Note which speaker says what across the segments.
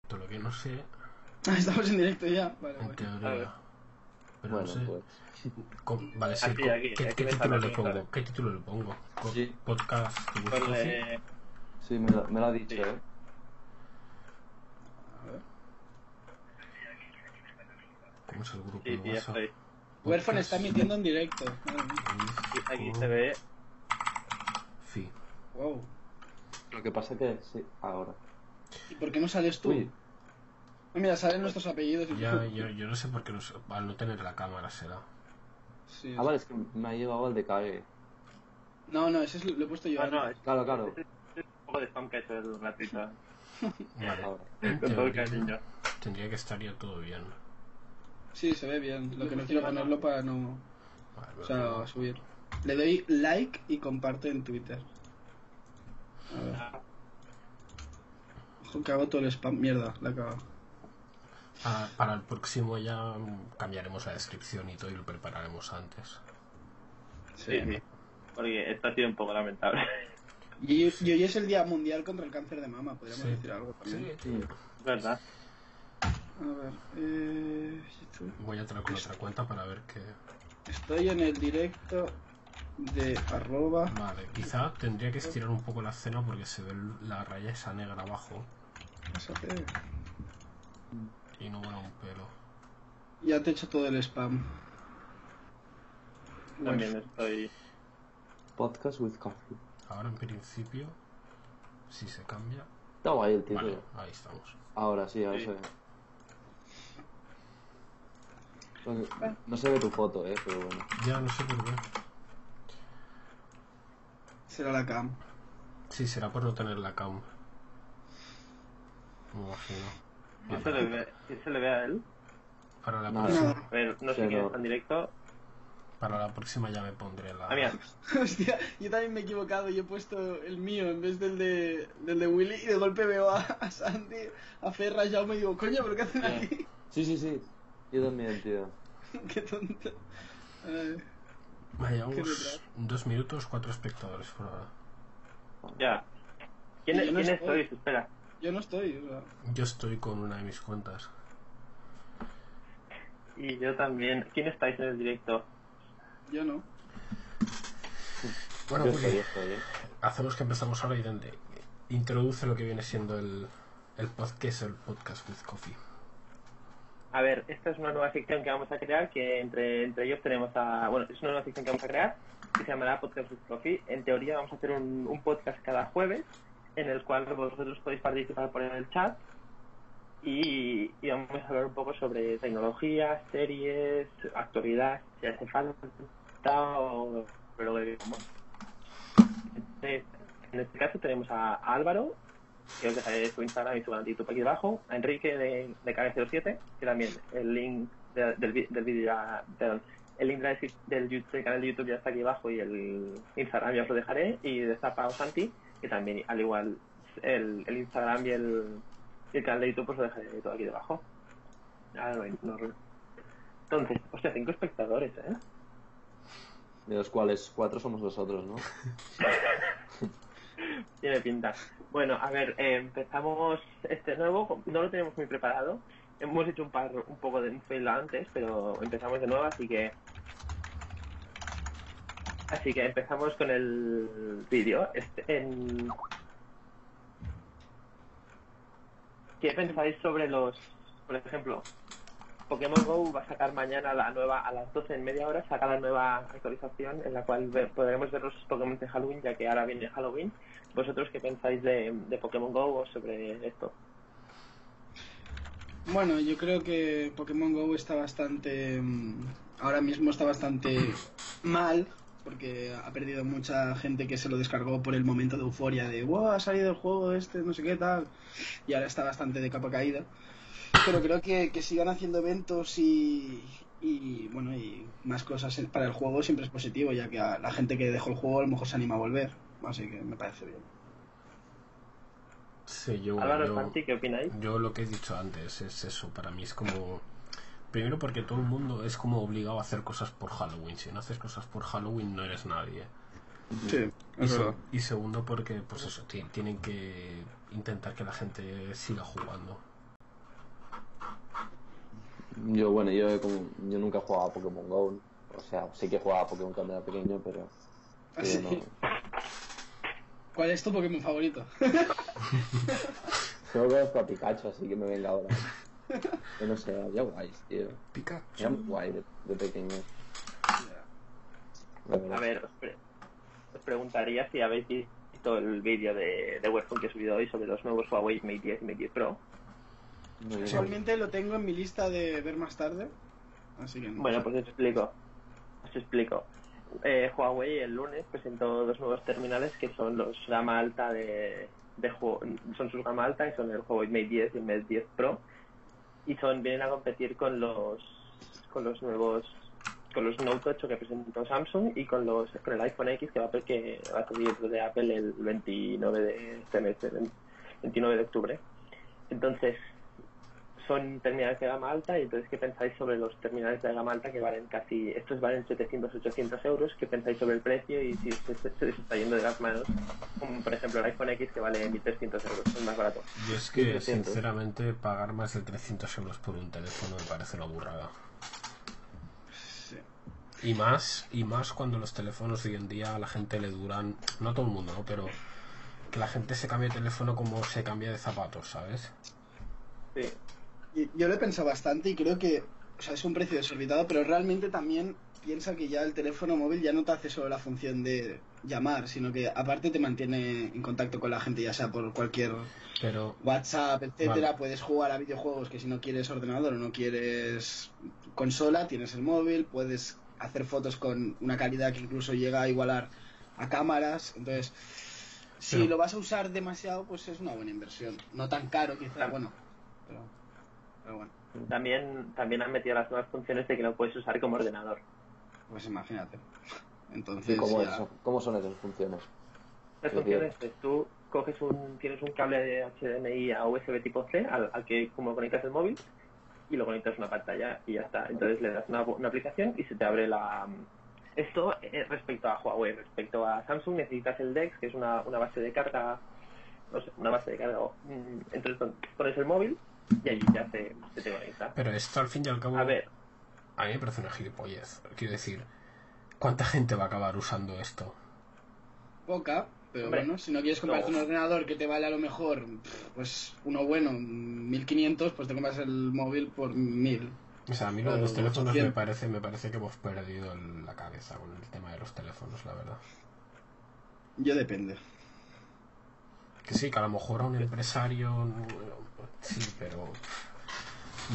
Speaker 1: directo, lo que no sé,
Speaker 2: Ah, Estamos en directo ya. Vale,
Speaker 1: en
Speaker 2: bueno.
Speaker 1: teoría.
Speaker 3: ver.
Speaker 1: Pero
Speaker 4: bueno,
Speaker 1: no sé.
Speaker 4: pues.
Speaker 1: con- vale, sí,
Speaker 3: Aquí,
Speaker 1: con-
Speaker 3: aquí,
Speaker 1: ¿qué,
Speaker 3: aquí
Speaker 1: qué
Speaker 3: me
Speaker 1: título
Speaker 3: sale,
Speaker 1: le
Speaker 3: me
Speaker 1: pongo?
Speaker 3: sale.
Speaker 1: ¿Qué título le pongo? Co-
Speaker 4: Sí.
Speaker 1: Podcast de Wisconsin.
Speaker 3: Ponle-
Speaker 4: Sí, me lo, me lo ha dicho,
Speaker 3: Sí.
Speaker 4: ¿eh?
Speaker 2: A ver.
Speaker 1: ¿Cómo es el grupo?
Speaker 3: Sí,
Speaker 1: de
Speaker 3: sí, ya
Speaker 1: WhatsApp?
Speaker 3: estoy.
Speaker 2: Werfan
Speaker 1: Podcast
Speaker 2: está emitiendo en directo. Madre mía.
Speaker 3: Aquí- Aquí
Speaker 1: Wisco-
Speaker 3: se ve.
Speaker 1: Fi.
Speaker 2: Wow.
Speaker 4: Lo que pasa que sí, ahora.
Speaker 2: ¿Y por qué no sales tú?
Speaker 4: Uy,
Speaker 2: Ah, Mira, salen nuestros apellidos. y
Speaker 1: Ya,
Speaker 2: todo.
Speaker 1: yo, yo no sé por qué no, sé- al no tener la cámara será.
Speaker 2: Sí.
Speaker 4: ah, vale, es que me ha llevado al de cague.
Speaker 2: No, no, ese es, lo he puesto yo.
Speaker 3: Ah, no,
Speaker 2: antes.
Speaker 3: es
Speaker 4: Claro, claro.
Speaker 3: un poco de spam que ha hecho el ratito.
Speaker 1: Vale.
Speaker 4: Ahora.
Speaker 1: En
Speaker 3: Con todo el
Speaker 1: teoría,
Speaker 3: cariño.
Speaker 1: Tendría que estar ya todo bien.
Speaker 2: Sí, se ve bien. Lo que no quiero ponerlo para no.
Speaker 1: Vale,
Speaker 2: O sea,
Speaker 1: pero-
Speaker 2: a subir. Le doy like y comparto en Twitter. A ver. Ojo, que hago todo el spam. Mierda, la cago.
Speaker 1: Ah, para el próximo ya mm, cambiaremos la descripción y todo y lo prepararemos antes.
Speaker 3: Sí, sí. Porque esto ha sido un poco lamentable.
Speaker 2: Y, y hoy es el Día Mundial contra el Cáncer de Mama, podríamos
Speaker 1: Sí.
Speaker 2: decir algo también.
Speaker 4: Sí.
Speaker 3: Es verdad.
Speaker 2: A ver, eh, esto-
Speaker 1: Voy a entrar con otra cuenta para ver qué.
Speaker 2: estoy en el directo de arroba.
Speaker 1: Vale, quizá tendría que estirar un poco la cena porque se ve el- la raya esa negra abajo
Speaker 2: SAC.
Speaker 1: y no va un pelo.
Speaker 2: Ya te he hecho todo el spam.
Speaker 3: También estoy.
Speaker 4: Podcast with coffee.
Speaker 1: Ahora en principio, si se cambia.
Speaker 4: Está guay el título.
Speaker 1: Vale, ahí estamos.
Speaker 4: Ahora sí, ahora
Speaker 3: Sí.
Speaker 4: se ve. Lo que- No se ve tu foto, eh, pero bueno.
Speaker 1: Ya no sé por qué.
Speaker 2: Será la cam.
Speaker 1: Sí, será por no tener la cam. Me imagino.
Speaker 3: ¿Qué se le ve, qué se le ve a él?
Speaker 1: Para la,
Speaker 4: Nada.
Speaker 1: próxima,
Speaker 3: A ver, no sé
Speaker 4: Cero.
Speaker 3: quién está en directo.
Speaker 1: para la próxima ya me pondré la.
Speaker 3: Ah, mira.
Speaker 2: Hostia, yo también me he equivocado y he puesto el mío en vez del de, del de Willy y de golpe veo a, a Sandy, a Fer rayado me digo, coño, pero ¿qué hacen aquí?
Speaker 4: Sí, sí, sí. Yo también, tío.
Speaker 2: Qué tonto. Ay,
Speaker 1: Vaya,
Speaker 2: Qué
Speaker 1: unos
Speaker 2: detrás.
Speaker 1: dos minutos, cuatro espectadores por ahora.
Speaker 3: Ya. ¿Quién,
Speaker 2: Yo no
Speaker 3: ¿quién
Speaker 2: estoy.
Speaker 3: estoy? Espera.
Speaker 2: yo no estoy, o sea,
Speaker 1: Yo estoy con una de mis cuentas.
Speaker 3: Y yo también. ¿Quién estáis en el directo?
Speaker 2: yo no.
Speaker 1: Bueno,
Speaker 4: yo
Speaker 1: pues
Speaker 4: estoy, yo estoy, eh.
Speaker 1: hacemos que empezamos ahora y dente. Introduce lo que viene siendo el, el podcast, el podcast with coffee.
Speaker 3: A ver, esta es una nueva sección que vamos a crear, que entre, entre ellos tenemos a... Bueno, es una nueva sección que vamos a crear, que se llamará Podcast with Coffee. En teoría vamos a hacer un, un podcast cada jueves, en el cual vosotros podéis participar por el chat y, y vamos a hablar un poco sobre tecnología, series, actualidad, si hace falta o sobre lo que queramos. Entonces, En este caso tenemos a, a Álvaro, que os dejaré su Instagram y su canal de YouTube aquí debajo, a Enrique de, de KB07, que también el link de- del, vi- del vídeo ya- perdón, el link de la descrip- del, YouTube- del canal de YouTube ya está aquí abajo y el Instagram ya os lo dejaré, y de Zapao Santi, que también al igual el, el Instagram y el, y el canal de YouTube pues lo dejaré todo aquí debajo. Ah, no, no, no. Entonces, hostia, cinco espectadores, ¿eh?
Speaker 4: De los cuales cuatro somos nosotros, ¿no?
Speaker 3: Tiene pinta. Bueno, a ver, eh, empezamos este nuevo. No lo tenemos muy preparado. Hemos hecho un, par, un poco de un fail antes, pero empezamos de nuevo, así que. Así que empezamos con el vídeo. Este, en... ¿Qué pensáis sobre los. Por ejemplo, Pokémon Go va a sacar mañana la nueva, a las 12 en media hora, saca la nueva actualización en la cual ve- podremos ver los Pokémon de Halloween, ya que ahora viene Halloween. ¿Vosotros qué pensáis de, de Pokémon Go o sobre esto?
Speaker 2: Bueno, yo creo que Pokémon Go está bastante. mm, Ahora mismo está bastante mal, porque ha perdido mucha gente que se lo descargó por el momento de euforia de, wow, ha salido el juego este, no sé qué tal. Y ahora está bastante de capa caída. Pero creo que, que sigan haciendo eventos y. Y bueno, y más cosas para el juego siempre es positivo, ya que a la gente que dejó el juego a lo mejor se anima a volver. Así que me parece bien.
Speaker 1: Sí, yo,
Speaker 3: Álvaro
Speaker 1: yo-
Speaker 3: Santi, ¿qué opináis?
Speaker 1: yo lo que he dicho antes es eso. Para mí es como. Primero porque todo el mundo es como obligado a hacer cosas por Halloween. Si no haces cosas por Halloween no eres nadie.
Speaker 2: Sí,
Speaker 1: Y, se- y segundo porque, pues eso, ti- tienen que intentar que la gente siga jugando.
Speaker 4: Yo, bueno, yo, eh, como- yo nunca jugaba a Pokémon Go. O sea, sí que jugaba a Pokémon cuando era pequeño, pero. pero
Speaker 2: Así.
Speaker 4: no.
Speaker 2: ¿Cuál es tu Pokémon favorito?
Speaker 4: Solo conozco a Pikachu, así que me venga ahora. Yo no sé, había guays, tío. Era muy
Speaker 1: Pikachu.
Speaker 4: guay de, de pequeño. La verdad.
Speaker 3: A ver, os, pre- os preguntaría si habéis visto el vídeo de, de Webfun que he subido hoy sobre los nuevos Huawei Mate 10 y Mate 10 Pro.
Speaker 4: No, yo no.
Speaker 2: Casualmente lo tengo en mi lista de ver más tarde. Así que no.
Speaker 3: Bueno, pues os explico. Os explico. Eh, Huawei el lunes presentó dos nuevos terminales que son los gama alta de, de ju- son sus gama alta y son el Huawei Mate 10 y el Mate 10 Pro y son vienen a competir con los con los nuevos con los Note 8 que presentó Samsung y con los con el iPhone X que va a pe- que va a salir de Apple el 29 de este mes, el 29 de octubre. Entonces, son terminales de gama alta y entonces qué pensáis sobre los terminales de gama alta que valen casi estos valen 700 800 euros qué pensáis sobre el precio y si se, se- se les está yendo de las manos como por ejemplo el iPhone X que vale 1300 euros es más barato
Speaker 1: Yo es que,
Speaker 3: 300.
Speaker 1: sinceramente, pagar más de 300 euros por un teléfono me parece una burrada.
Speaker 2: Sí.
Speaker 1: Y más, y más cuando los teléfonos hoy en día a la gente le duran, no a todo el mundo, ¿no? pero que la gente se cambia de teléfono como se cambia de zapatos, ¿sabes?
Speaker 3: sí
Speaker 2: Y- Yo lo he pensado bastante y creo que o sea, es un precio desorbitado, pero realmente también piensa que ya el teléfono móvil ya no te hace solo la función de llamar, sino que aparte te mantiene en contacto con la gente, ya sea por cualquier
Speaker 1: Pero
Speaker 2: WhatsApp, etcétera.
Speaker 1: Vale.
Speaker 2: Puedes jugar a videojuegos que si no quieres ordenador o no quieres consola, tienes el móvil, puedes hacer fotos con una calidad que incluso llega a igualar a cámaras. Entonces, si
Speaker 1: Pero-
Speaker 2: lo vas a usar demasiado, pues es una buena inversión. No tan caro, quizá, bueno, pero, pero bueno,
Speaker 3: también también han metido las nuevas funciones de que lo puedes usar como ordenador
Speaker 2: pues imagínate.
Speaker 4: ¿Y
Speaker 2: Entonces,
Speaker 4: ¿Cómo, es
Speaker 2: ya-
Speaker 4: eso? ¿Cómo son esas funciones?
Speaker 3: Las
Speaker 4: Qué bien.
Speaker 3: funciones es pues, tú coges un, tienes un cable de HDMI a USB tipo C al, al que como conectas el móvil y lo conectas a una pantalla y ya está. Entonces le das una, una aplicación y se te abre la... Esto eh, respecto a Huawei, respecto a Samsung necesitas el DeX, que es una, una base de carga, no sé, una base de carga. o, mm, Entonces pon- pones el móvil y allí ya se, se te conecta.
Speaker 1: Pero esto al fin y al cabo
Speaker 3: A ver,
Speaker 1: a mí me parece una gilipollez. Quiero decir, ¿cuánta gente va a acabar usando esto?
Speaker 2: poca, pero
Speaker 3: Hombre,
Speaker 2: bueno, si no quieres comprarte
Speaker 3: no.
Speaker 2: un ordenador que te vale a lo mejor, pf, pues uno bueno, 1500, pues te compras el móvil por 1000.
Speaker 1: O sea, a mí lo de los
Speaker 2: Eh,
Speaker 1: teléfonos me
Speaker 2: 800.
Speaker 1: parece, me parece que hemos perdido el- la cabeza con el tema de los teléfonos, la verdad.
Speaker 2: Yo depende.
Speaker 1: Que sí, que a lo mejor a un empresario, bueno, sí, pero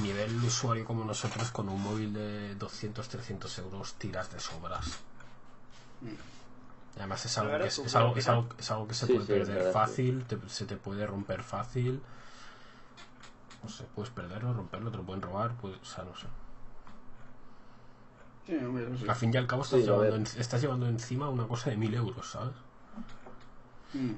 Speaker 1: nivel usuario como nosotros con un móvil de 200, 300 euros tiras de sobras. Además es algo,
Speaker 3: Claro,
Speaker 1: que, es,
Speaker 3: tú
Speaker 1: es algo,
Speaker 3: puedes
Speaker 1: es algo- es algo que se
Speaker 4: Sí,
Speaker 1: puede
Speaker 4: sí, es
Speaker 1: perder
Speaker 4: verdad,
Speaker 1: fácil, te- se te puede romper fácil. No sé, puedes perderlo, romperlo, te lo pueden robar, pues, o sea, no sé.
Speaker 2: Sí, hombre, eso sí.
Speaker 1: Al fin y al cabo estás,
Speaker 4: Sí, a
Speaker 1: llevando,
Speaker 4: ver.
Speaker 1: en- estás llevando encima una cosa de 1000 euros, ¿sabes?
Speaker 2: Mm.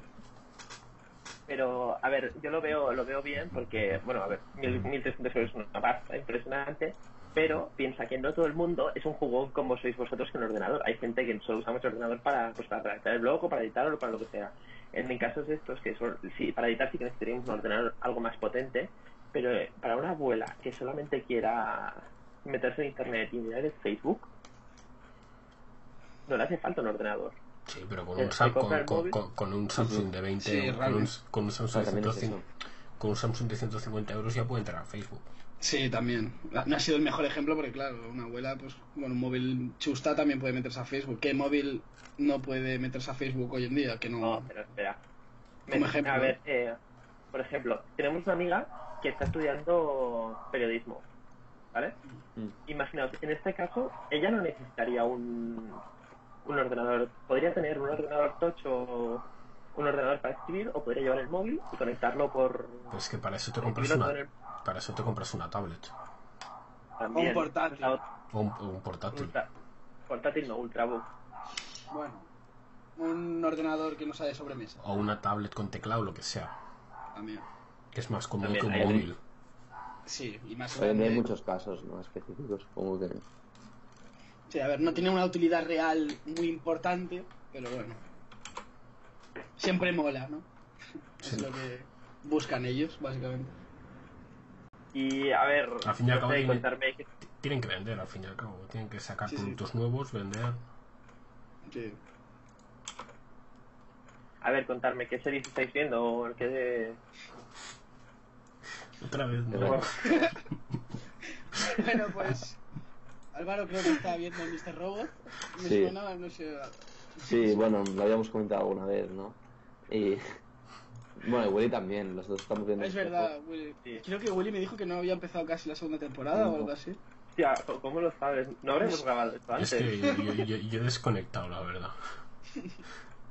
Speaker 3: pero a ver yo lo veo lo veo bien porque bueno a ver mil- 1300 euros es una pasta impresionante pero piensa que no todo el mundo es un jugón como sois vosotros con el ordenador hay gente que solo usamos el ordenador para pues para redactar el blog o para editarlo o para lo que sea en casos de estos que son, sí para editar sí que necesitaríamos un ordenador algo más potente pero eh, para una abuela que solamente quiera meterse en internet y mirar el Facebook no le hace falta un ordenador
Speaker 1: Sí, pero con
Speaker 3: ¿Te-
Speaker 1: un,
Speaker 3: te
Speaker 1: Sam-
Speaker 3: compra
Speaker 1: con,
Speaker 3: el
Speaker 1: con,
Speaker 3: móvil?
Speaker 1: con- con un Samsung de 20
Speaker 2: Sí,
Speaker 1: euros, con un, con
Speaker 2: realmente.
Speaker 1: un
Speaker 4: Ah,
Speaker 1: Samsung de
Speaker 4: también es
Speaker 1: 150
Speaker 4: eso.
Speaker 1: con un Samsung de 150 euros ya puede entrar a Facebook.
Speaker 2: Sí, también. No ha sido el mejor ejemplo porque, claro, una abuela, pues con un móvil chusta también puede meterse a Facebook. ¿Qué móvil no puede meterse a Facebook hoy en día? Que no.
Speaker 3: No, pero espera.
Speaker 2: Como ejemplo.
Speaker 3: A ver, eh, por ejemplo, tenemos una amiga que está estudiando periodismo, ¿vale?
Speaker 4: Mm.
Speaker 3: Imaginaos, en este caso, ella no necesitaría un, un ordenador. Podría tener un ordenador tocho, un ordenador para escribir, o podría llevar el móvil y conectarlo por...
Speaker 1: Pues que para eso te
Speaker 3: por
Speaker 1: compras
Speaker 3: escribirlo
Speaker 1: una,
Speaker 3: con el-
Speaker 1: para eso te compras una tablet
Speaker 3: también.
Speaker 2: Un portátil.
Speaker 3: La otra-
Speaker 1: o un, o un portátil.
Speaker 3: ultra- portátil no, ultrabook.
Speaker 2: Bueno, un ordenador que no sale sobremesa.
Speaker 1: O una tablet con teclado, lo que sea.
Speaker 2: También.
Speaker 1: Que es más cómodo
Speaker 3: También
Speaker 1: que un
Speaker 3: hay-
Speaker 1: móvil.
Speaker 2: Sí, y más
Speaker 4: Hoy en día hay
Speaker 2: grande.
Speaker 4: muchos casos, ¿no? Específicos, supongo que.
Speaker 2: Sí, a ver, no tiene una utilidad real muy importante, pero bueno. Siempre mola, ¿no?
Speaker 1: Sí.
Speaker 2: Es lo que buscan ellos, básicamente.
Speaker 3: Y a ver,
Speaker 1: Al fin y al
Speaker 3: no
Speaker 1: cabo
Speaker 3: sé,
Speaker 1: tiene-
Speaker 3: contarme que-
Speaker 1: T- Tienen que vender, al fin y al cabo. Tienen que sacar
Speaker 2: Sí, sí.
Speaker 1: productos nuevos, vender.
Speaker 2: Sí.
Speaker 3: a ver, contarme qué series estáis viendo o qué
Speaker 1: Otra vez, ¿no?
Speaker 4: Pero-
Speaker 2: Bueno, pues. Álvaro creo que está viendo Mr. Robot. Me
Speaker 4: Sí.
Speaker 2: suena, no sé.
Speaker 4: Sí, bueno, lo habíamos comentado alguna vez, ¿no? Y. Bueno, y Willy también, los dos estamos viendo. este
Speaker 2: Es verdad, Willy.
Speaker 3: Sí.
Speaker 2: Creo que Willy me dijo que no había empezado casi la segunda temporada o
Speaker 4: No.
Speaker 2: algo así.
Speaker 3: Hostia, ¿cómo lo sabes? No habremos grabado esto
Speaker 1: Pues, Es
Speaker 3: antes.
Speaker 1: que yo, yo- yo- yo he desconectado, la verdad.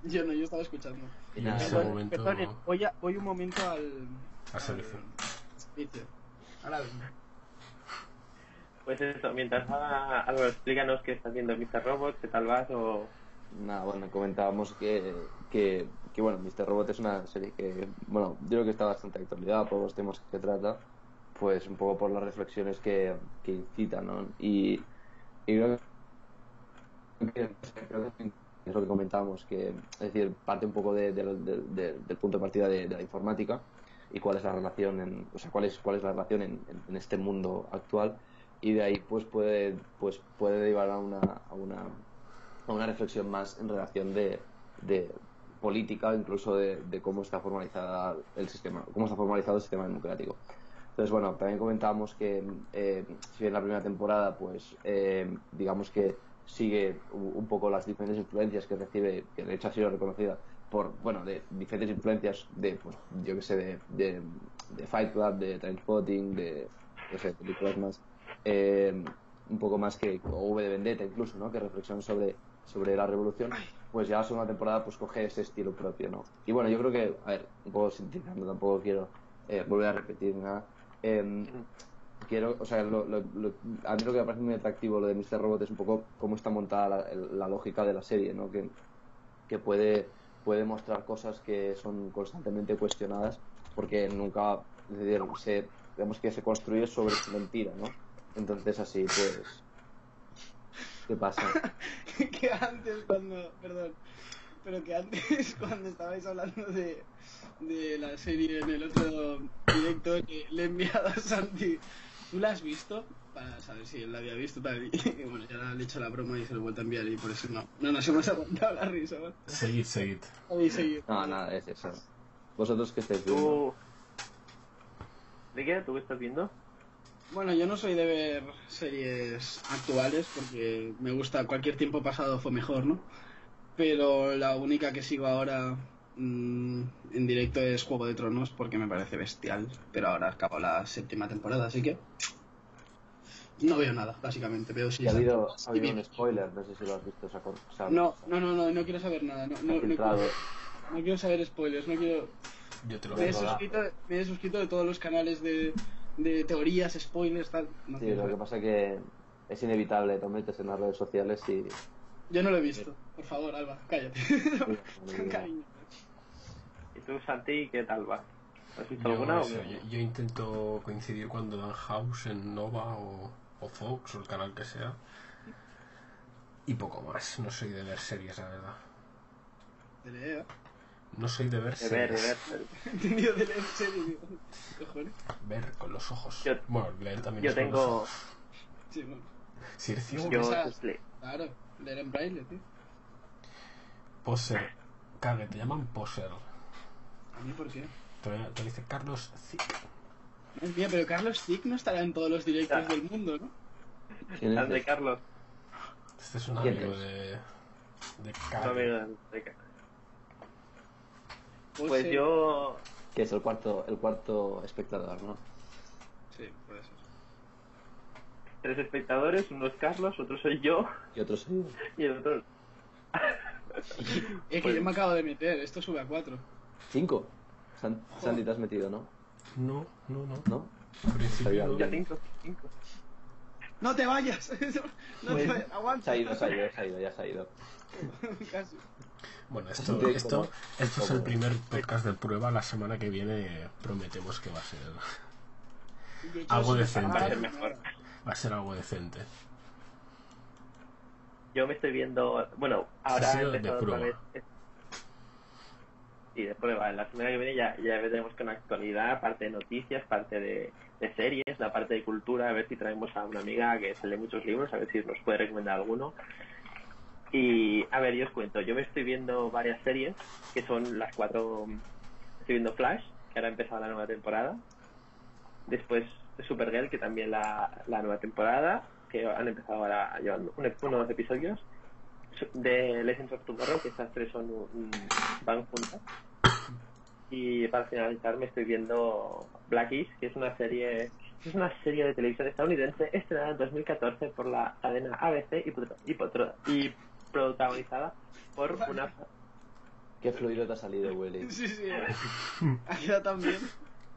Speaker 2: Yo no, yo estaba escuchando.
Speaker 4: Y
Speaker 1: Y
Speaker 4: nada,
Speaker 1: en ese
Speaker 4: bueno,
Speaker 1: momento
Speaker 2: Perdón, eh, voy, a- voy un momento al.
Speaker 1: a servicio.
Speaker 2: al servicio. Ahora vengo.
Speaker 3: Pues eso, mientras nada, Álvaro, explícanos qué estás viendo en Mr. Robot, qué tal vas o...
Speaker 4: Nada, bueno, comentábamos que, que, que, bueno, Mr. Robot es una serie que, bueno, yo creo que está bastante de actualidad por los temas que trata, pues un poco por las reflexiones que, que incita, ¿no? Y, y creo que, creo que es lo que comentábamos, que, es decir, parte un poco de- de lo- de- de- del punto de partida de, de la informática y cuál es la relación, en, o sea, cuál es, cuál es la relación en, en- en este mundo actual y de ahí pues puede, pues puede derivar a una, a una a una reflexión más en relación de, de política, incluso de, de cómo está formalizada el sistema, cómo está formalizado el sistema democrático. Entonces, bueno, también comentábamos que eh, si bien la primera temporada, pues eh, digamos que sigue u- un poco las diferentes influencias que recibe, que de hecho ha sido reconocida por, bueno, de diferentes influencias de, pues, yo que sé, de, de, de Fight Club, de Transpotting, de, no sé, películas más, eh, un poco más que o V de Vendetta incluso, ¿no? Que reflexión sobre, sobre la revolución, pues ya la segunda temporada pues coge ese estilo propio, ¿no? Y bueno, yo creo que, a ver, un poco sintetizando, tampoco quiero eh, volver a repetir nada. Em, quiero, o sea, lo- lo- lo- a mí lo que me parece muy atractivo lo de Mr. Robot es un poco cómo está montada la, el- la lógica de la serie, ¿no? Que, que puede, puede mostrar cosas que son constantemente cuestionadas porque nunca, es decir, se, digamos que se construye sobre su mentira, ¿no? Entonces así, pues, ¿qué pasa?
Speaker 2: que antes cuando, perdón, pero que antes cuando estabais hablando de, de la serie en el otro directo que le he enviado a Santi, ¿tú la has visto? Para saber si él la había visto tal. Y bueno, ya le he hecho la broma y se lo he vuelto a enviar y por eso no, no nos hemos aguantado la risa. ¿vale?
Speaker 1: Seguid, seguid.
Speaker 2: Habéis seguido.
Speaker 4: No, nada, es eso. Vosotros que estáis
Speaker 2: Oh.
Speaker 4: viendo.
Speaker 3: ¿Tú... ¿De qué? ¿Tú qué estás viendo?
Speaker 2: Bueno, yo no soy de ver series actuales porque me gusta cualquier tiempo pasado fue mejor, ¿no? Pero la única que sigo ahora mm, en directo es Juego de Tronos porque me parece bestial, pero ahora acabo la séptima temporada, así que no veo nada, básicamente. Veo si
Speaker 4: Y ha habido, ha habido un spoiler, no sé si lo has visto. o sea, con- o sea,
Speaker 2: No, no, no, no, no quiero saber nada. No,
Speaker 4: ha
Speaker 2: no, no,
Speaker 4: filtrado.
Speaker 2: quiero, no quiero saber spoilers, no quiero
Speaker 1: Yo te lo
Speaker 2: me he,
Speaker 3: Pues
Speaker 1: veo.
Speaker 4: Eso.
Speaker 2: suscrito, me he suscrito de todos los canales de, de teorías, spoilers, tal. No
Speaker 4: Sí,
Speaker 2: quiero
Speaker 4: lo que
Speaker 2: saber.
Speaker 4: pasa que es inevitable, te metes en las redes sociales y...
Speaker 2: Yo no lo he visto. Por favor, Alba, cállate. Con cariño.
Speaker 3: ¿Y tú, Santi, qué tal vas? ¿Has visto
Speaker 1: Yo,
Speaker 3: alguna? o
Speaker 1: eso,
Speaker 3: qué?
Speaker 1: yo- yo intento coincidir cuando dan House en Nova o, o Fox o el canal que sea. Y poco más. No soy de ver series, la verdad.
Speaker 2: De leer.
Speaker 1: No soy de ver
Speaker 3: De ver, de
Speaker 1: series.
Speaker 3: ver.
Speaker 2: He entendido de leer serie, digo. Cojones.
Speaker 1: Ver con los ojos.
Speaker 3: Yo-
Speaker 1: bueno, leer también
Speaker 3: Yo
Speaker 1: es con los
Speaker 3: tengo...
Speaker 1: ojos.
Speaker 2: Sí, bueno.
Speaker 1: Si eres ciego,
Speaker 3: Yo...
Speaker 2: esas- Claro, leer en braille, tío.
Speaker 1: poser. Cague, te llaman poser.
Speaker 2: ¿A mí por qué?
Speaker 1: Te lo te lo dice Carlos Zic.
Speaker 2: Madre mía, pero Carlos Zick no estará en todos los directos
Speaker 3: Ya.
Speaker 2: del mundo, ¿no?
Speaker 4: ¿Quién es
Speaker 3: André
Speaker 4: este?
Speaker 3: Carlos.
Speaker 1: Este es un
Speaker 4: ¿Quién
Speaker 1: amigo
Speaker 4: es?
Speaker 1: de. de
Speaker 3: un
Speaker 1: Cague.
Speaker 3: amigo de- de-
Speaker 2: O
Speaker 3: Pues
Speaker 2: sea-
Speaker 3: yo...
Speaker 4: que es el cuarto, el cuarto espectador, ¿no?
Speaker 2: Sí, puede ser.
Speaker 3: Tres espectadores, uno es Carlos, otro soy yo
Speaker 4: Y otro soy yo.
Speaker 3: y el otro...
Speaker 2: Es
Speaker 3: Pues
Speaker 2: que yo me acabo de meter, esto sube a 4.
Speaker 4: Cinco. San- Sandy te has metido, ¿no?
Speaker 1: No, no, no.
Speaker 4: ¿No?
Speaker 1: En principio no.
Speaker 4: Sabía.
Speaker 3: Ya cinco, cinco.
Speaker 2: ¡No te vayas! no te
Speaker 4: Pues,
Speaker 2: vayas,
Speaker 4: Se
Speaker 2: aguanta.
Speaker 4: ha ido, se ha ido, se ha ido, ya se ha ido.
Speaker 2: Casi.
Speaker 1: Bueno, esto,
Speaker 4: Sí,
Speaker 1: esto,
Speaker 4: como-
Speaker 1: esto es el
Speaker 4: como-
Speaker 1: primer podcast de prueba. La semana que viene prometemos que va a ser,
Speaker 2: Yo he hecho
Speaker 1: Algo
Speaker 2: eso.
Speaker 1: decente.
Speaker 2: Ah,
Speaker 3: Va a ser mejor.
Speaker 1: va a ser algo decente.
Speaker 3: Yo me estoy viendo... Bueno,
Speaker 1: Ha
Speaker 3: ahora he
Speaker 1: sido de
Speaker 3: empezado otra
Speaker 1: prueba.
Speaker 3: vez... y después va, la semana que viene ya, ya veremos con actualidad, parte de noticias, parte de, de series, la parte de cultura, a ver si traemos a una amiga que se lee muchos libros, a ver si nos puede recomendar alguno. Y a ver, yo os cuento, yo me estoy viendo varias series, que son las cuatro, estoy viendo Flash, que ahora ha empezado la nueva temporada, después Supergirl, que también la, la nueva temporada, que han empezado ahora llevando un, unos episodios, de Legends of Tomorrow, que estas tres son un- un- van juntas. Y para finalizar me estoy viendo Blackies, que es una serie es una serie de televisión estadounidense estrenada en 2014 por la cadena ABC y, prota- y, potro- y protagonizada por una
Speaker 4: Qué fluido te ha salido, Willy.
Speaker 2: Sí, sí. Ha quedado tan bien.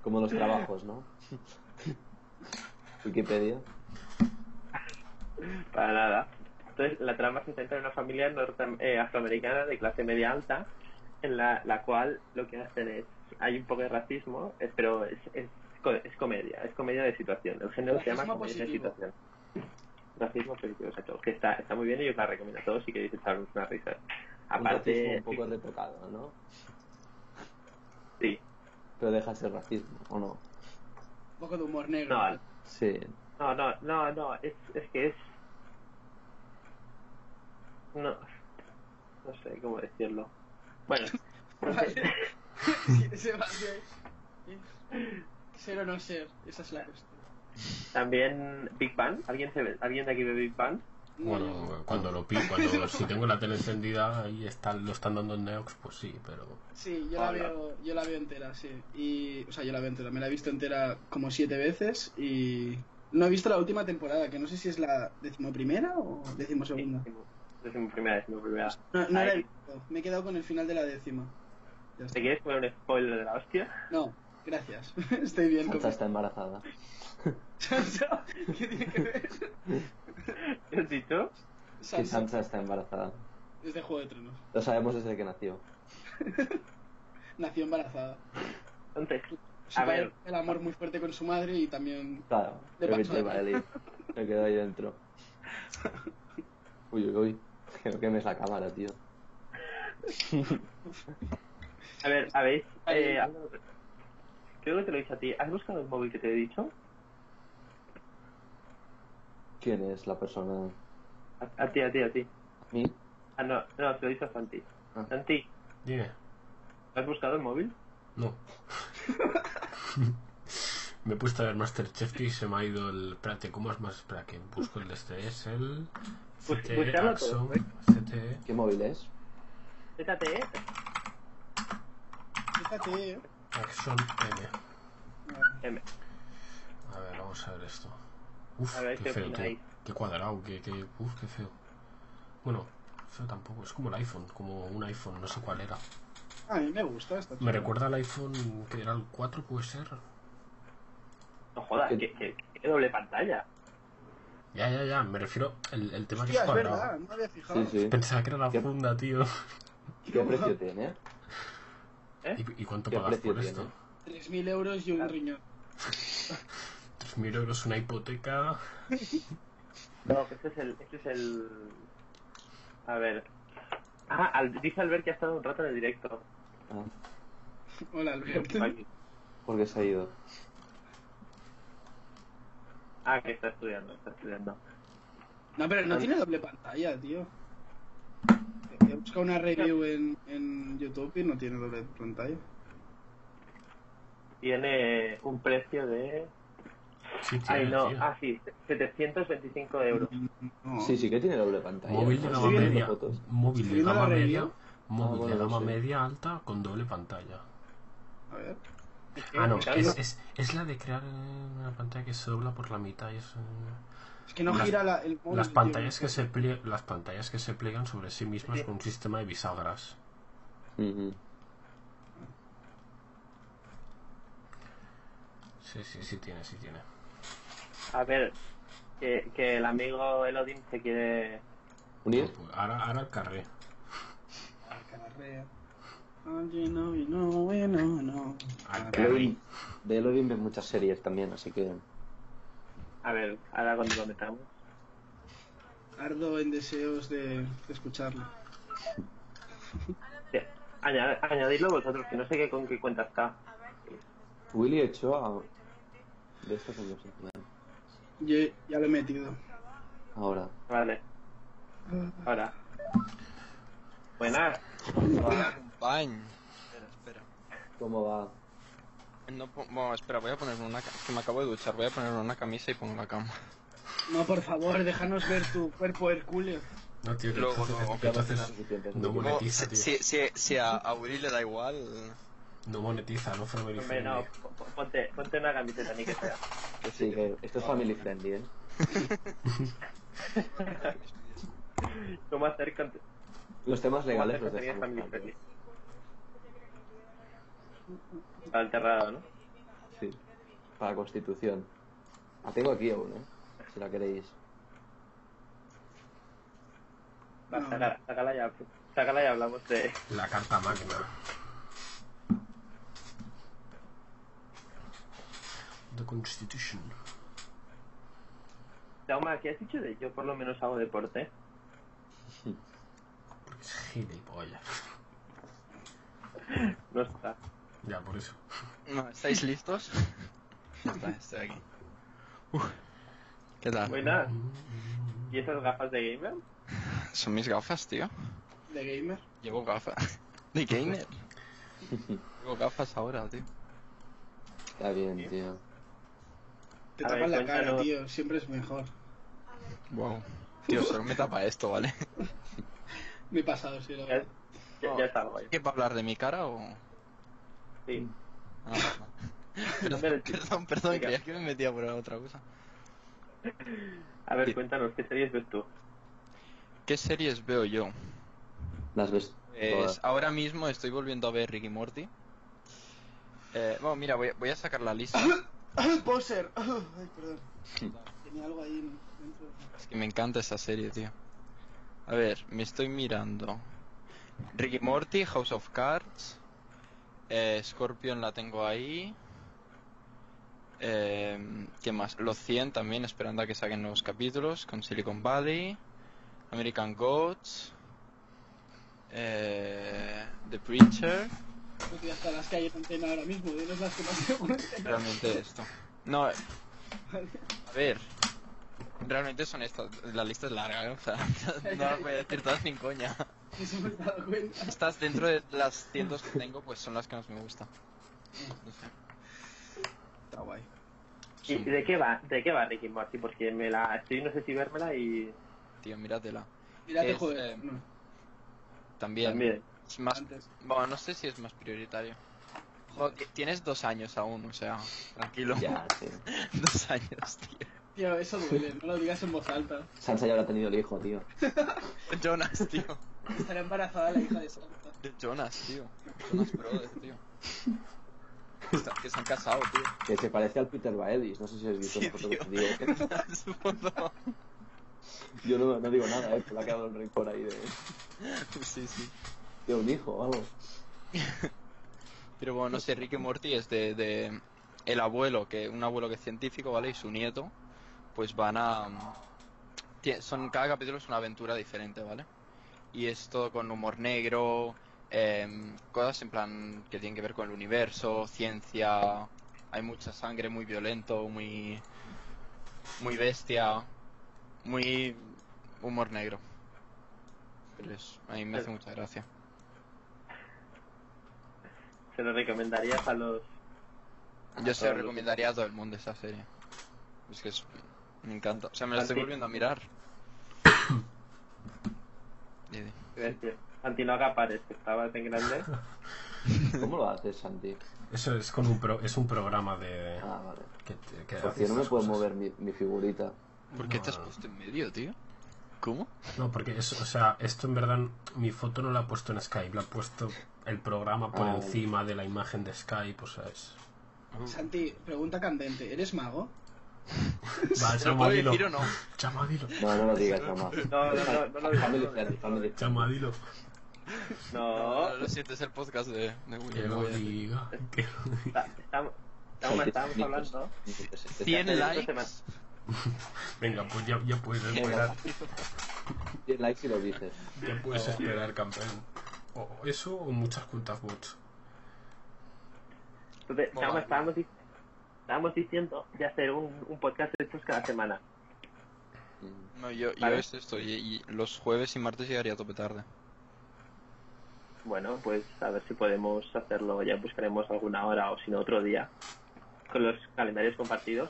Speaker 4: Como los trabajos, ¿no? Wikipedia.
Speaker 3: Para nada. Entonces, la trama se centra en una familia norte- eh, afroamericana de clase media alta, en la, la cual lo que hacen es. Hay un poco de racismo, eh, pero es, es, co- es comedia, es comedia de situación. El género se llama
Speaker 2: Racismo
Speaker 3: comedia de
Speaker 2: positivo.
Speaker 3: situación. Racismo positivo, exacto. Que está, está muy bien y os la recomiendo a todos si queréis echaros una risa.
Speaker 4: Un racismo
Speaker 3: Aparte, eh,
Speaker 4: un poco retocado, ¿no?
Speaker 3: sí.
Speaker 4: Pero deja de ser racismo, ¿o no?
Speaker 2: Un poco de humor negro.
Speaker 3: No,
Speaker 4: Sí.
Speaker 3: No, no, no, no, es, es que es... No, no sé cómo decirlo. Bueno, no sé.
Speaker 2: Sí, se va, sí. Ser o no ser, esa es la cuestión.
Speaker 3: también Big Bang, ¿alguien, se ve- ¿alguien de aquí ve Big Bang?
Speaker 2: No, yo-
Speaker 1: Bueno, cuando lo pido, cuando si tengo la tele encendida y están, lo están dando en Neox, pues sí, pero
Speaker 2: Sí, yo la,
Speaker 3: Hola.
Speaker 2: veo, yo la veo entera, sí. Y, o sea, yo la veo entera. Me la he visto entera como siete veces y no he visto la última temporada, que no sé si es la decimoprimera o decimosegunda.
Speaker 3: Décimo- décimo primera, décimo primera.
Speaker 2: No, no la he
Speaker 3: Ahí.
Speaker 2: visto. Me he quedado con el final de la décima. Ya está.
Speaker 3: ¿Te quieres poner un spoiler de la hostia?
Speaker 2: No, gracias. Estoy bien.
Speaker 4: Sansa
Speaker 2: Con...
Speaker 4: está embarazada.
Speaker 2: Sansa, ¿Qué tiene que ver?
Speaker 3: ¿Qué has dicho?
Speaker 4: Que
Speaker 2: Sansa
Speaker 4: Sansa está embarazada.
Speaker 2: es de Juego de Tronos.
Speaker 4: Lo sabemos desde que nació.
Speaker 2: Nació embarazada.
Speaker 3: Entonces,
Speaker 2: Su
Speaker 3: A
Speaker 2: padre
Speaker 3: ver.
Speaker 2: El amor muy fuerte con su madre y también...
Speaker 4: Claro,
Speaker 2: Le
Speaker 4: creo que
Speaker 2: pasó
Speaker 4: te
Speaker 2: de
Speaker 4: iba a decir. Me quedo ahí dentro. Uy, uy, uy. Creo que me es la cámara, tío.
Speaker 3: a ver, ¿habéis... eh,
Speaker 2: Ahí.
Speaker 3: creo que te lo he dicho a ti. ¿Has buscado el móvil que te he dicho?
Speaker 4: ¿Quién es la persona?
Speaker 3: A, a ti, a ti, a ti.
Speaker 4: ¿Mí?
Speaker 3: Ah, no, no, te lo he dicho a Santi.
Speaker 4: Ah.
Speaker 3: Santi,
Speaker 1: dime,
Speaker 3: ¿has buscado el móvil?
Speaker 1: no. me he puesto a ver Masterchef y se me ha ido el. Espérate, ¿cómo es más? Espera, que busco el de este. Es el.
Speaker 3: Pues,
Speaker 1: CTE
Speaker 3: buscarlo
Speaker 1: Axon.
Speaker 3: todo, ¿eh?
Speaker 1: CTE.
Speaker 4: ¿Qué móvil es?
Speaker 3: Fíjate, ¿eh?
Speaker 2: Fíjate, eh.
Speaker 1: Axon M.
Speaker 3: Em,
Speaker 1: A ver, vamos a ver esto. Uf,
Speaker 3: A ver,
Speaker 1: qué,
Speaker 3: ¿qué
Speaker 1: feo, tío.
Speaker 3: opináis?
Speaker 1: Qué cuadrado, qué, qué, uf, qué feo. Bueno, feo tampoco, es como el iPhone, como un iPhone, no sé cuál era.
Speaker 2: A mí me gusta esta
Speaker 1: Me
Speaker 2: chica.
Speaker 1: recuerda al iPhone que era el 4, puede ser.
Speaker 3: No jodas,
Speaker 4: ¿Qué?
Speaker 3: que, que- que doble pantalla.
Speaker 1: Ya, ya, ya, me refiero el, el tema que
Speaker 2: Hostia,
Speaker 1: es
Speaker 2: es
Speaker 1: cuadrado.
Speaker 2: verdad, no me había fijado.
Speaker 4: Sí, sí.
Speaker 1: Pensaba que era la
Speaker 4: ¿Qué?
Speaker 1: funda, tío.
Speaker 4: ¿Qué precio tiene?
Speaker 1: ¿Y, y cuánto
Speaker 4: ¿Eh? ¿Qué
Speaker 1: pagas
Speaker 4: precio
Speaker 1: por esto?
Speaker 4: tiene?
Speaker 2: 3.000 euros y un riñón.
Speaker 1: 3.000 euros una hipoteca.
Speaker 3: No, que este es el. Este es el... A ver. Ah, al- dice Albert que ha estado un rato en el directo.
Speaker 4: Ah,
Speaker 2: Hola, Alberto.
Speaker 4: porque se ha ido.
Speaker 3: Ah, que está estudiando, está estudiando.
Speaker 2: No, pero no tiene doble pantalla, tío. He buscado una review en, en YouTube y no tiene doble pantalla.
Speaker 3: Tiene un precio de.
Speaker 1: Sí, tío.
Speaker 3: Ay, no.
Speaker 1: tío.
Speaker 3: Ah, sí, 725 euros.
Speaker 2: No.
Speaker 4: Sí, sí que tiene doble pantalla.
Speaker 1: Móvil de
Speaker 4: Estoy
Speaker 1: gama
Speaker 4: viendo
Speaker 1: media.
Speaker 4: fotos.
Speaker 1: Móvil de
Speaker 2: Viendo la
Speaker 1: gama media.
Speaker 2: review.
Speaker 1: Móvil
Speaker 4: Ah, bueno,
Speaker 1: de
Speaker 4: no
Speaker 1: gama
Speaker 4: sé.
Speaker 1: media alta con doble pantalla.
Speaker 2: A ver.
Speaker 1: Ah, no,
Speaker 3: Claro,
Speaker 1: es, es, es la de crear eh, una pantalla que se dobla por la mitad y es... eh,
Speaker 2: Es que no
Speaker 1: Las-
Speaker 2: gira la, el móvil.
Speaker 1: Las
Speaker 2: tío.
Speaker 1: pantallas, que se plie- las pantallas que se pliegan sobre sí mismas con un sistema de bisagras.
Speaker 4: Ujú.
Speaker 1: Sí, sí, sí tiene, sí tiene.
Speaker 3: A ver, que, que el amigo Elodin se quiere.
Speaker 4: ¿Unir?
Speaker 1: Ahora, ahora al carré.
Speaker 2: Carrea. Oh, you know, you know, we know, no.
Speaker 1: Al
Speaker 2: Pero-
Speaker 1: carré.
Speaker 4: De Elohim ves muchas series también, así que...
Speaker 3: A ver, ahora cuando lo metamos.
Speaker 2: Ardo en deseos de, de escucharlo.
Speaker 3: Te- Añad- añadidlo vosotros, que no sé qué, con qué cuenta está.
Speaker 4: Willy Ochoa. De estos años.
Speaker 2: Yo ya lo he metido.
Speaker 4: Ahora.
Speaker 3: Vale. Ahora. Buenas.
Speaker 5: Compañ. Espera, espera.
Speaker 4: ¿Cómo va?
Speaker 5: No, po- bueno, espera, voy a poner una... ca- Que me acabo de duchar, voy a poner una camisa y pongo la cama.
Speaker 2: No, por favor, déjanos ver tu cuerpo Herculeo.
Speaker 1: No, tío, que
Speaker 5: Luego,
Speaker 1: entonces-
Speaker 5: luego,
Speaker 1: que entonces
Speaker 4: suficientes.
Speaker 1: no monetiza,
Speaker 5: si,
Speaker 1: tío.
Speaker 5: si, si, si a, a Uri le da igual...
Speaker 1: No monetiza, no family
Speaker 3: Hombre, no,
Speaker 1: friendly.
Speaker 3: po- po- ponte, ponte una camiseta ni que sea.
Speaker 4: Sí, que esto es family friendly, ¿eh?
Speaker 3: ¿Cómo hacer con- cómo
Speaker 4: Los temas legales
Speaker 3: hacer
Speaker 4: los
Speaker 3: contenido
Speaker 4: dejamos.
Speaker 3: familiar
Speaker 4: aparte.
Speaker 3: feliz? Está enterrado, ¿no?
Speaker 4: Sí. Para Constitución. La tengo aquí aún, ¿eh? Si la queréis.
Speaker 3: Va,
Speaker 2: No.
Speaker 3: sácala, sácala ya. Sácala y hablamos de...
Speaker 1: La carta magna. The Constitution.
Speaker 3: Dauma, ¿qué has dicho de yo por lo menos hago deporte?
Speaker 1: Porque es gilipollas.
Speaker 3: No está.
Speaker 1: Ya, por eso.
Speaker 5: No, ¿estáis listos? Ya está, estoy aquí. Uf. ¿Qué tal?
Speaker 3: Buenas. ¿Y esas gafas de gamer?
Speaker 5: Son mis gafas, tío.
Speaker 2: ¿De gamer?
Speaker 5: Llevo gafas. De gamer. Llevo gafas ahora, tío.
Speaker 4: Está bien, tío.
Speaker 2: Te
Speaker 3: A
Speaker 2: tapan
Speaker 3: ver,
Speaker 2: la cara,
Speaker 3: cuéntanos.
Speaker 2: tío. Siempre es mejor.
Speaker 5: Wow. Tío, solo me tapa esto, ¿vale?
Speaker 2: Me he pasado, sí, la
Speaker 3: Ya,
Speaker 2: verdad.
Speaker 3: ya, ya está, guay.
Speaker 5: ¿Qué va a hablar de mi cara o...?
Speaker 3: Sí.
Speaker 5: Ah, perdón,
Speaker 3: Hombre,
Speaker 5: perdón,
Speaker 3: tío.
Speaker 5: perdón,
Speaker 3: Venga.
Speaker 5: creía que me metía por otra cosa.
Speaker 3: A ver,
Speaker 5: Sí.
Speaker 3: cuéntanos, ¿qué series ves tú?
Speaker 5: ¿Qué series veo yo?
Speaker 4: Las ves.
Speaker 5: Pues
Speaker 4: todas.
Speaker 5: ahora mismo estoy volviendo a ver Ricky Morty. Eh, bueno, mira, voy, a- voy a sacar la lista.
Speaker 2: ¡Poser! Ay, perdón. Tenía algo ahí en- dentro.
Speaker 5: Es que me encanta esa serie, tío. A ver, me estoy mirando. Ricky Morty, House of Cards. eh, Scorpion la tengo ahí. Eh, ¿Qué más? Los 100 también, esperando a que saquen nuevos capítulos. Con Silicon Valley. American Gods. eh, The Preacher.
Speaker 2: Porque ya está las que hay en antena ahora mismo. Dinos las que más te gustan.
Speaker 5: Realmente esto. No, eh, a ver. Realmente son estas. La lista es larga, ¿eh? O sea, no las voy a decir todas sin coña.
Speaker 2: Nos hemos dado cuenta.
Speaker 5: Estas dentro de las cientos que tengo, pues son las que más me gustan.
Speaker 2: Está guay.
Speaker 3: ¿Y
Speaker 5: Sí,
Speaker 3: de qué va, de qué va Ricky Morty? Porque me la estoy, no sé si vérmela y
Speaker 5: tío, míratela.
Speaker 2: Mírate,
Speaker 5: Es,
Speaker 2: joder.
Speaker 5: eh,
Speaker 2: No,
Speaker 5: También.
Speaker 3: también.
Speaker 5: Es más,
Speaker 2: antes.
Speaker 5: bueno, no sé si es más prioritario. Joder, que tienes dos años aún, o sea, tranquilo.
Speaker 4: Ya, sí.
Speaker 5: Dos años, tío.
Speaker 2: Tío, eso duele. No lo digas en voz alta.
Speaker 4: Sansa ya habrá tenido el hijo, tío.
Speaker 5: Jonas, tío.
Speaker 2: Estará embarazada la hija de Santa.
Speaker 5: De Jonas, tío. Jonas Brothers, tío. Que está- que se han casado, tío.
Speaker 4: Que se parece al Peter Baelis. No sé si has visto
Speaker 5: Sí,
Speaker 4: una foto que
Speaker 5: tío.
Speaker 4: te digo.
Speaker 5: Su foto.
Speaker 4: Yo no, no digo nada, ¿eh? Pero ha quedado el rey por ahí de...
Speaker 5: Sí, sí.
Speaker 4: de un hijo, vamos.
Speaker 5: Pero bueno, no sé, Rick y Morty es de, de el abuelo, que un abuelo que es científico, ¿vale? Y su nieto, pues van a... tie- Son, cada capítulo es una aventura diferente, ¿vale? Y es todo con humor negro, em, cosas en plan que tienen que ver con el universo, ciencia, hay mucha sangre, muy violento, muy, muy bestia, muy humor negro. Pero es- a mí me hace mucha gracia.
Speaker 3: Se lo recomendarías a los...
Speaker 5: Yo se
Speaker 3: Ah,
Speaker 5: lo
Speaker 3: lo
Speaker 5: recomendaría a todo el mundo esa serie. Es que es... me encanta. O sea, me
Speaker 3: ¿A
Speaker 5: la estoy
Speaker 3: ti?
Speaker 5: volviendo a mirar. Didi.
Speaker 3: Santi, no haga pares, que estabas en grande.
Speaker 4: ¿Cómo lo haces, Santi?
Speaker 1: Eso es con un pro- es un programa de
Speaker 4: Ah, vale.
Speaker 1: que, te- que hace
Speaker 4: Porque no me
Speaker 1: estas
Speaker 4: puedo
Speaker 1: cosas.
Speaker 4: mover mi, mi figurita.
Speaker 5: ¿Por qué te has
Speaker 1: No.
Speaker 5: puesto en medio, tío? ¿Cómo?
Speaker 1: No, porque eso, o sea, esto en verdad mi foto no la ha puesto en Skype, la ha puesto el programa por
Speaker 4: Ah.
Speaker 1: encima de la imagen de Skype, o sea, es
Speaker 2: Oh. Santi, pregunta candente. ¿Eres mago?
Speaker 1: Va,
Speaker 5: ¿Te lo
Speaker 1: llama
Speaker 5: puedo
Speaker 1: a Dilo.
Speaker 5: decir o no?
Speaker 1: Llama a Dilo.
Speaker 4: No, no lo digas, mamá.
Speaker 3: No, no, no, no lo digas.
Speaker 4: Family
Speaker 3: no lo
Speaker 4: friendly,
Speaker 3: digas.
Speaker 4: family
Speaker 1: Llama a Dilo.
Speaker 3: No,
Speaker 5: lo siento, es el podcast de, de
Speaker 1: Que
Speaker 5: William.
Speaker 1: lo
Speaker 5: Voy a-
Speaker 1: diga. que lo diga.
Speaker 3: está- estamos, estamos, estábamos hablando.
Speaker 4: friendly.
Speaker 5: 100
Speaker 3: Esta
Speaker 5: likes.
Speaker 3: semana.
Speaker 1: Venga, pues ya, ya puedes esperar.
Speaker 4: 100 likes y lo dices.
Speaker 1: Ya puedes esperar, campeón. o eso o muchas cuentas bots.
Speaker 3: Entonces,
Speaker 5: Mola.
Speaker 3: estábamos, estábamos, di- estábamos diciendo de hacer un, un podcast de estos cada semana.
Speaker 5: No, yo,
Speaker 3: Vale.
Speaker 5: yo es esto, y, y los jueves y martes llegaría a tope tarde.
Speaker 3: Bueno, pues a ver si podemos hacerlo. Ya buscaremos alguna hora o si no otro día con los calendarios compartidos.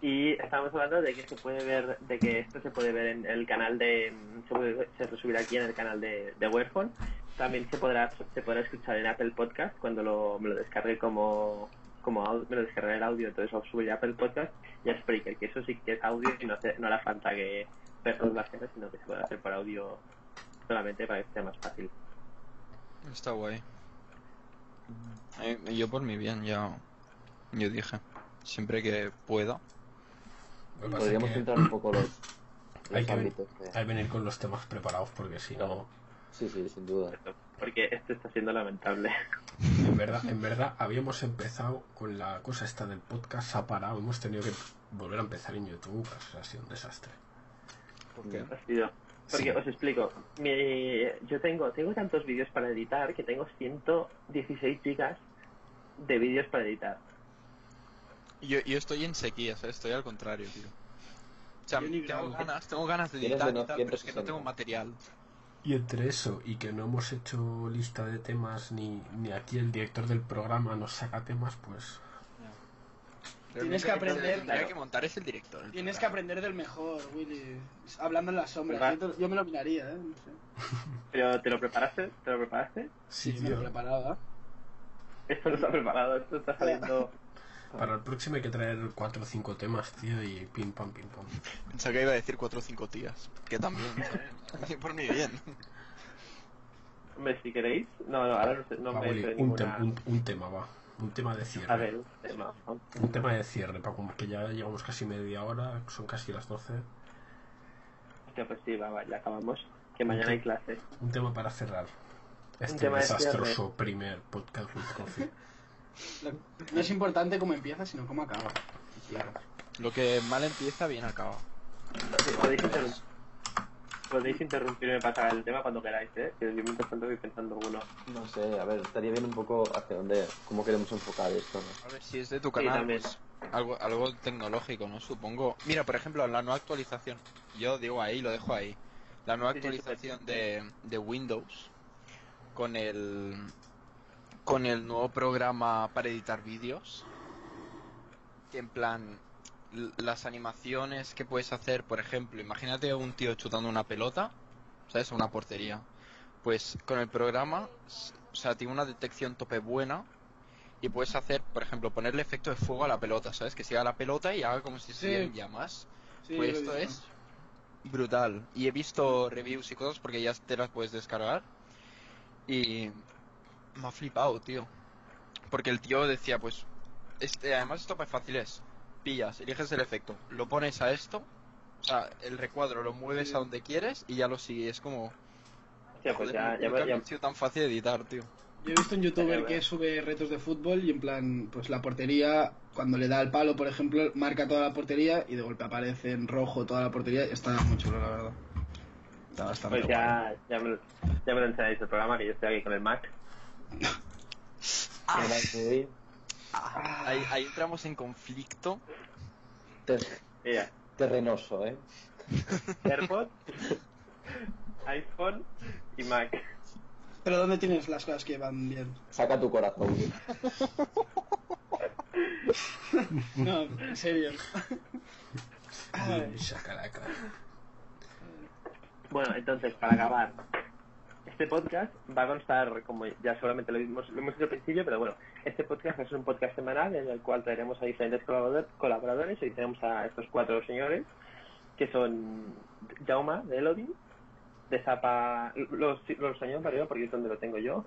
Speaker 3: Y estábamos hablando de que se puede ver, de que esto se puede ver en el canal de, se, puede- se subirá aquí en el canal de, de Werefone. También se podrá, se podrá escuchar en Apple Podcast cuando lo, me lo descargue como, como au- me lo descargaré el audio, entonces lo subiré a Apple Podcast y a Spreaker, que eso sí que es audio y no, hace- no hará falta que ver todas las cosas, sino que se puede hacer por audio solamente para que sea más fácil.
Speaker 5: Está guay. Eh,
Speaker 3: Mm.
Speaker 5: Yo por mi bien, ya. Yo dije. Siempre que pueda.
Speaker 1: Lo que pasa es
Speaker 4: Podríamos
Speaker 1: que
Speaker 4: centrar un poco los, los
Speaker 1: hay que ven-
Speaker 4: ámbitos. de-
Speaker 1: hay que venir con los temas preparados porque si no,
Speaker 4: Sí, sí, sin duda.
Speaker 3: Porque esto está siendo lamentable.
Speaker 1: en verdad, en verdad habíamos empezado con la cosa esta del podcast, se ha parado, hemos tenido que volver a empezar en YouTube, eso ha sido un desastre.
Speaker 5: ¿Por qué?
Speaker 3: Ha sido- Porque
Speaker 1: Sí.
Speaker 3: os explico, mi- yo tengo, tengo tantos vídeos para editar que tengo 116 gigas de vídeos para editar.
Speaker 5: Yo, yo estoy en sequía, ¿sabes? Estoy al contrario, tío. O sea,
Speaker 2: Yo ni grabo.
Speaker 5: tengo ganas, tengo ganas de
Speaker 4: Tienes de
Speaker 5: editar y
Speaker 4: no-
Speaker 5: tal, pero es que no
Speaker 4: 160.
Speaker 5: tengo material.
Speaker 1: Y entre eso y que no hemos hecho lista de temas ni, ni aquí el director del programa nos saca temas, pues
Speaker 2: Tienes
Speaker 5: Realmente
Speaker 2: que
Speaker 5: el
Speaker 2: aprender,
Speaker 5: tendría
Speaker 2: claro.
Speaker 5: que montar es el director. el
Speaker 2: Tienes que
Speaker 5: programa.
Speaker 2: aprender del mejor, Willy. Hablando en las sombras.
Speaker 3: ¿Verdad?
Speaker 2: Yo, te- yo me lo miraría, ¿eh? No sé.
Speaker 3: Pero ¿te lo preparaste? ¿Te lo preparaste?
Speaker 1: sí,
Speaker 2: me lo
Speaker 1: tío.
Speaker 2: preparaba.
Speaker 3: Esto no está preparado, esto está saliendo...
Speaker 1: Para el próximo hay que traer cuatro o cinco temas, tío, y pim pam pim pam.
Speaker 5: Pensaba que iba a decir cuatro o cinco tías. Que también, ¿sabes? Yo por mi bien.
Speaker 3: Hombre, si queréis... No, no, ahora no, sé- no
Speaker 1: Va,
Speaker 3: me
Speaker 1: Willy,
Speaker 3: sé
Speaker 1: Ah, un,
Speaker 3: ninguna...
Speaker 1: tem- un- un tema va, un tema de cierre.
Speaker 3: A ver, un tema.
Speaker 1: Un tema de cierre, Paco, que ya llevamos casi media hora, son casi las 12.
Speaker 3: Hostia, pues sí, va, va, ya acabamos. Que mañana hay clase.
Speaker 1: Un tema para cerrar. Este
Speaker 3: tema de
Speaker 1: desastroso primer podcast with coffee.
Speaker 2: Lo- No es importante cómo empieza, sino cómo acaba.
Speaker 5: Lo que mal empieza, bien acaba.
Speaker 3: Podéis, interrum- podéis interrumpirme para el tema cuando queráis, ¿eh? Que yo mientras tanto voy pensando uno.
Speaker 4: No sé, a ver, estaría bien un poco hacia dónde, cómo queremos enfocar esto, ¿no?
Speaker 5: A ver, si es de tu
Speaker 3: Sí,
Speaker 5: canal,
Speaker 3: también.
Speaker 5: pues, algo, algo tecnológico, ¿no? Supongo. Mira, por ejemplo, la nueva actualización. Yo digo ahí, lo dejo ahí. La nueva
Speaker 3: Sí, sí,
Speaker 5: actualización de, de Windows con el con el nuevo programa para editar vídeos. Que en plan l- las animaciones que puedes hacer, por ejemplo, imagínate a un tío chutando una pelota, ¿sabes? A una portería. Pues con el programa, s- o sea, tiene una detección tope buena y puedes hacer, por ejemplo, ponerle efecto de fuego a la pelota, ¿sabes? Que siga la pelota y haga como si estuvieran llamas.
Speaker 2: Sí,
Speaker 5: pues
Speaker 2: lo he
Speaker 5: esto
Speaker 2: visto.
Speaker 5: es brutal. Y he visto reviews y cosas porque ya te las puedes descargar. Y me ha flipado, tío. Porque el tío decía, pues, este, además esto para fácil es, pillas, eliges el efecto, lo pones a esto, o sea, el recuadro lo mueves
Speaker 2: Sí.
Speaker 5: a donde quieres y ya lo sigues. Es como,
Speaker 3: Hostia, pues
Speaker 5: joder,
Speaker 3: ya, ya,
Speaker 5: nunca
Speaker 3: ya-
Speaker 5: me ha sido tan fácil de editar, tío.
Speaker 2: Yo he visto un youtuber
Speaker 3: Ya,
Speaker 2: que
Speaker 3: ya.
Speaker 2: sube retos de fútbol y en plan, pues la portería, cuando le da al palo, por ejemplo, marca toda la portería y de golpe aparece en rojo toda la portería. Está muy chulo, la verdad. Está bastante
Speaker 3: pues ya, ya, me, lo- ya me lo enseñáis el programa, que yo estoy aquí con el Mac.
Speaker 4: Ahora sí,
Speaker 3: Ah.
Speaker 5: Ahí, ahí entramos en conflicto.
Speaker 4: ter-
Speaker 3: Mira,
Speaker 4: terrenoso, ¿eh?
Speaker 3: AirPod, iPhone y Mac.
Speaker 2: guay. Pero ¿dónde tienes las cosas que van bien?
Speaker 4: Saca tu corazón. Will.
Speaker 2: No, en serio.
Speaker 1: Y chacalaca.
Speaker 3: Bueno, entonces, para acabar, este podcast va a constar, como ya seguramente lo hemos, lo hemos hecho al principio, pero bueno, este podcast es un podcast semanal en el cual traeremos a diferentes colaborador- colaboradores. Hoy tenemos a estos cuatro señores, que son Jauma, de Elodie, de Zapa, los, los señores para arriba porque es donde lo tengo yo.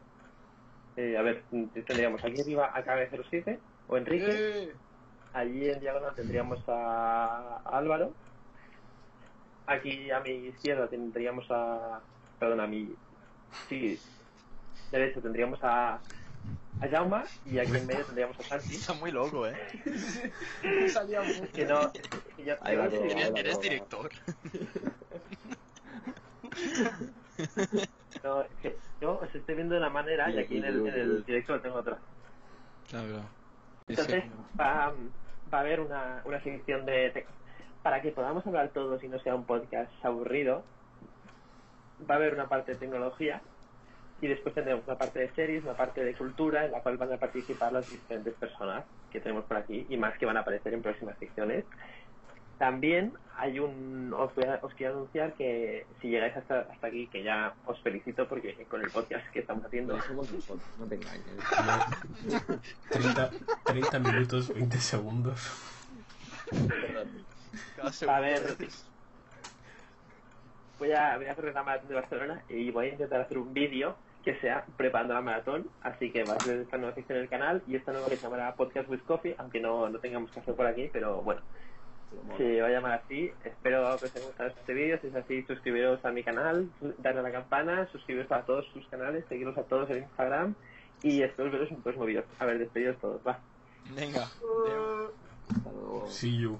Speaker 3: Eh, a ver, tendríamos aquí arriba a KB07 o Enrique.
Speaker 2: Eh,
Speaker 3: Allí en diagonal tendríamos a Álvaro. Aquí a mi izquierda tendríamos a. Perdón, a mi. Sí. Derecho tendríamos a. A Jauma. Y aquí en medio tendríamos a Santi.
Speaker 5: Está muy loco, ¿eh?
Speaker 2: salía un poco.
Speaker 3: Que no. que ya-
Speaker 4: Ahí va todo,
Speaker 3: que-
Speaker 4: ahí
Speaker 5: Eres,
Speaker 4: va
Speaker 5: eres
Speaker 4: todo.
Speaker 5: director.
Speaker 3: No, es que yo os estoy viendo de una manera y aquí en el, en el directo lo tengo otra.
Speaker 5: Claro, claro. Sí, sí.
Speaker 3: Entonces va, va a haber una, una sección de... te- Para que podamos hablar todos y no sea un podcast aburrido, va a haber una parte de tecnología y después tendremos una parte de series, una parte de cultura en la cual van a participar las diferentes personas que tenemos por aquí y más que van a aparecer en próximas secciones. También hay un... Os, voy a- os quiero anunciar que si llegáis hasta, hasta aquí, que ya os felicito porque con el podcast que estamos haciendo...
Speaker 4: No, somos nosotros, no te engañes.
Speaker 1: No. 30, 30 minutos, 20 segundos.
Speaker 5: Cada
Speaker 3: Va a
Speaker 5: segundo.
Speaker 3: haber voy a, voy a correr la maratón de Barcelona y voy a intentar hacer un vídeo que sea preparando la maratón. Así que va a ser esta nueva sección del canal y esta nueva que se llamará Podcast with Coffee, aunque no, no tengamos que hacer por aquí, pero bueno, se va a llamar así. Espero que os haya gustado este vídeo. Si es así, suscribiros a mi canal, dadle a la campana, suscribiros a todos sus canales, seguiros a todos en Instagram y espero veros en un próximo vídeo. A ver, despedidos todos, va.
Speaker 5: Venga.
Speaker 3: Oh.
Speaker 4: Hasta luego.
Speaker 1: See you.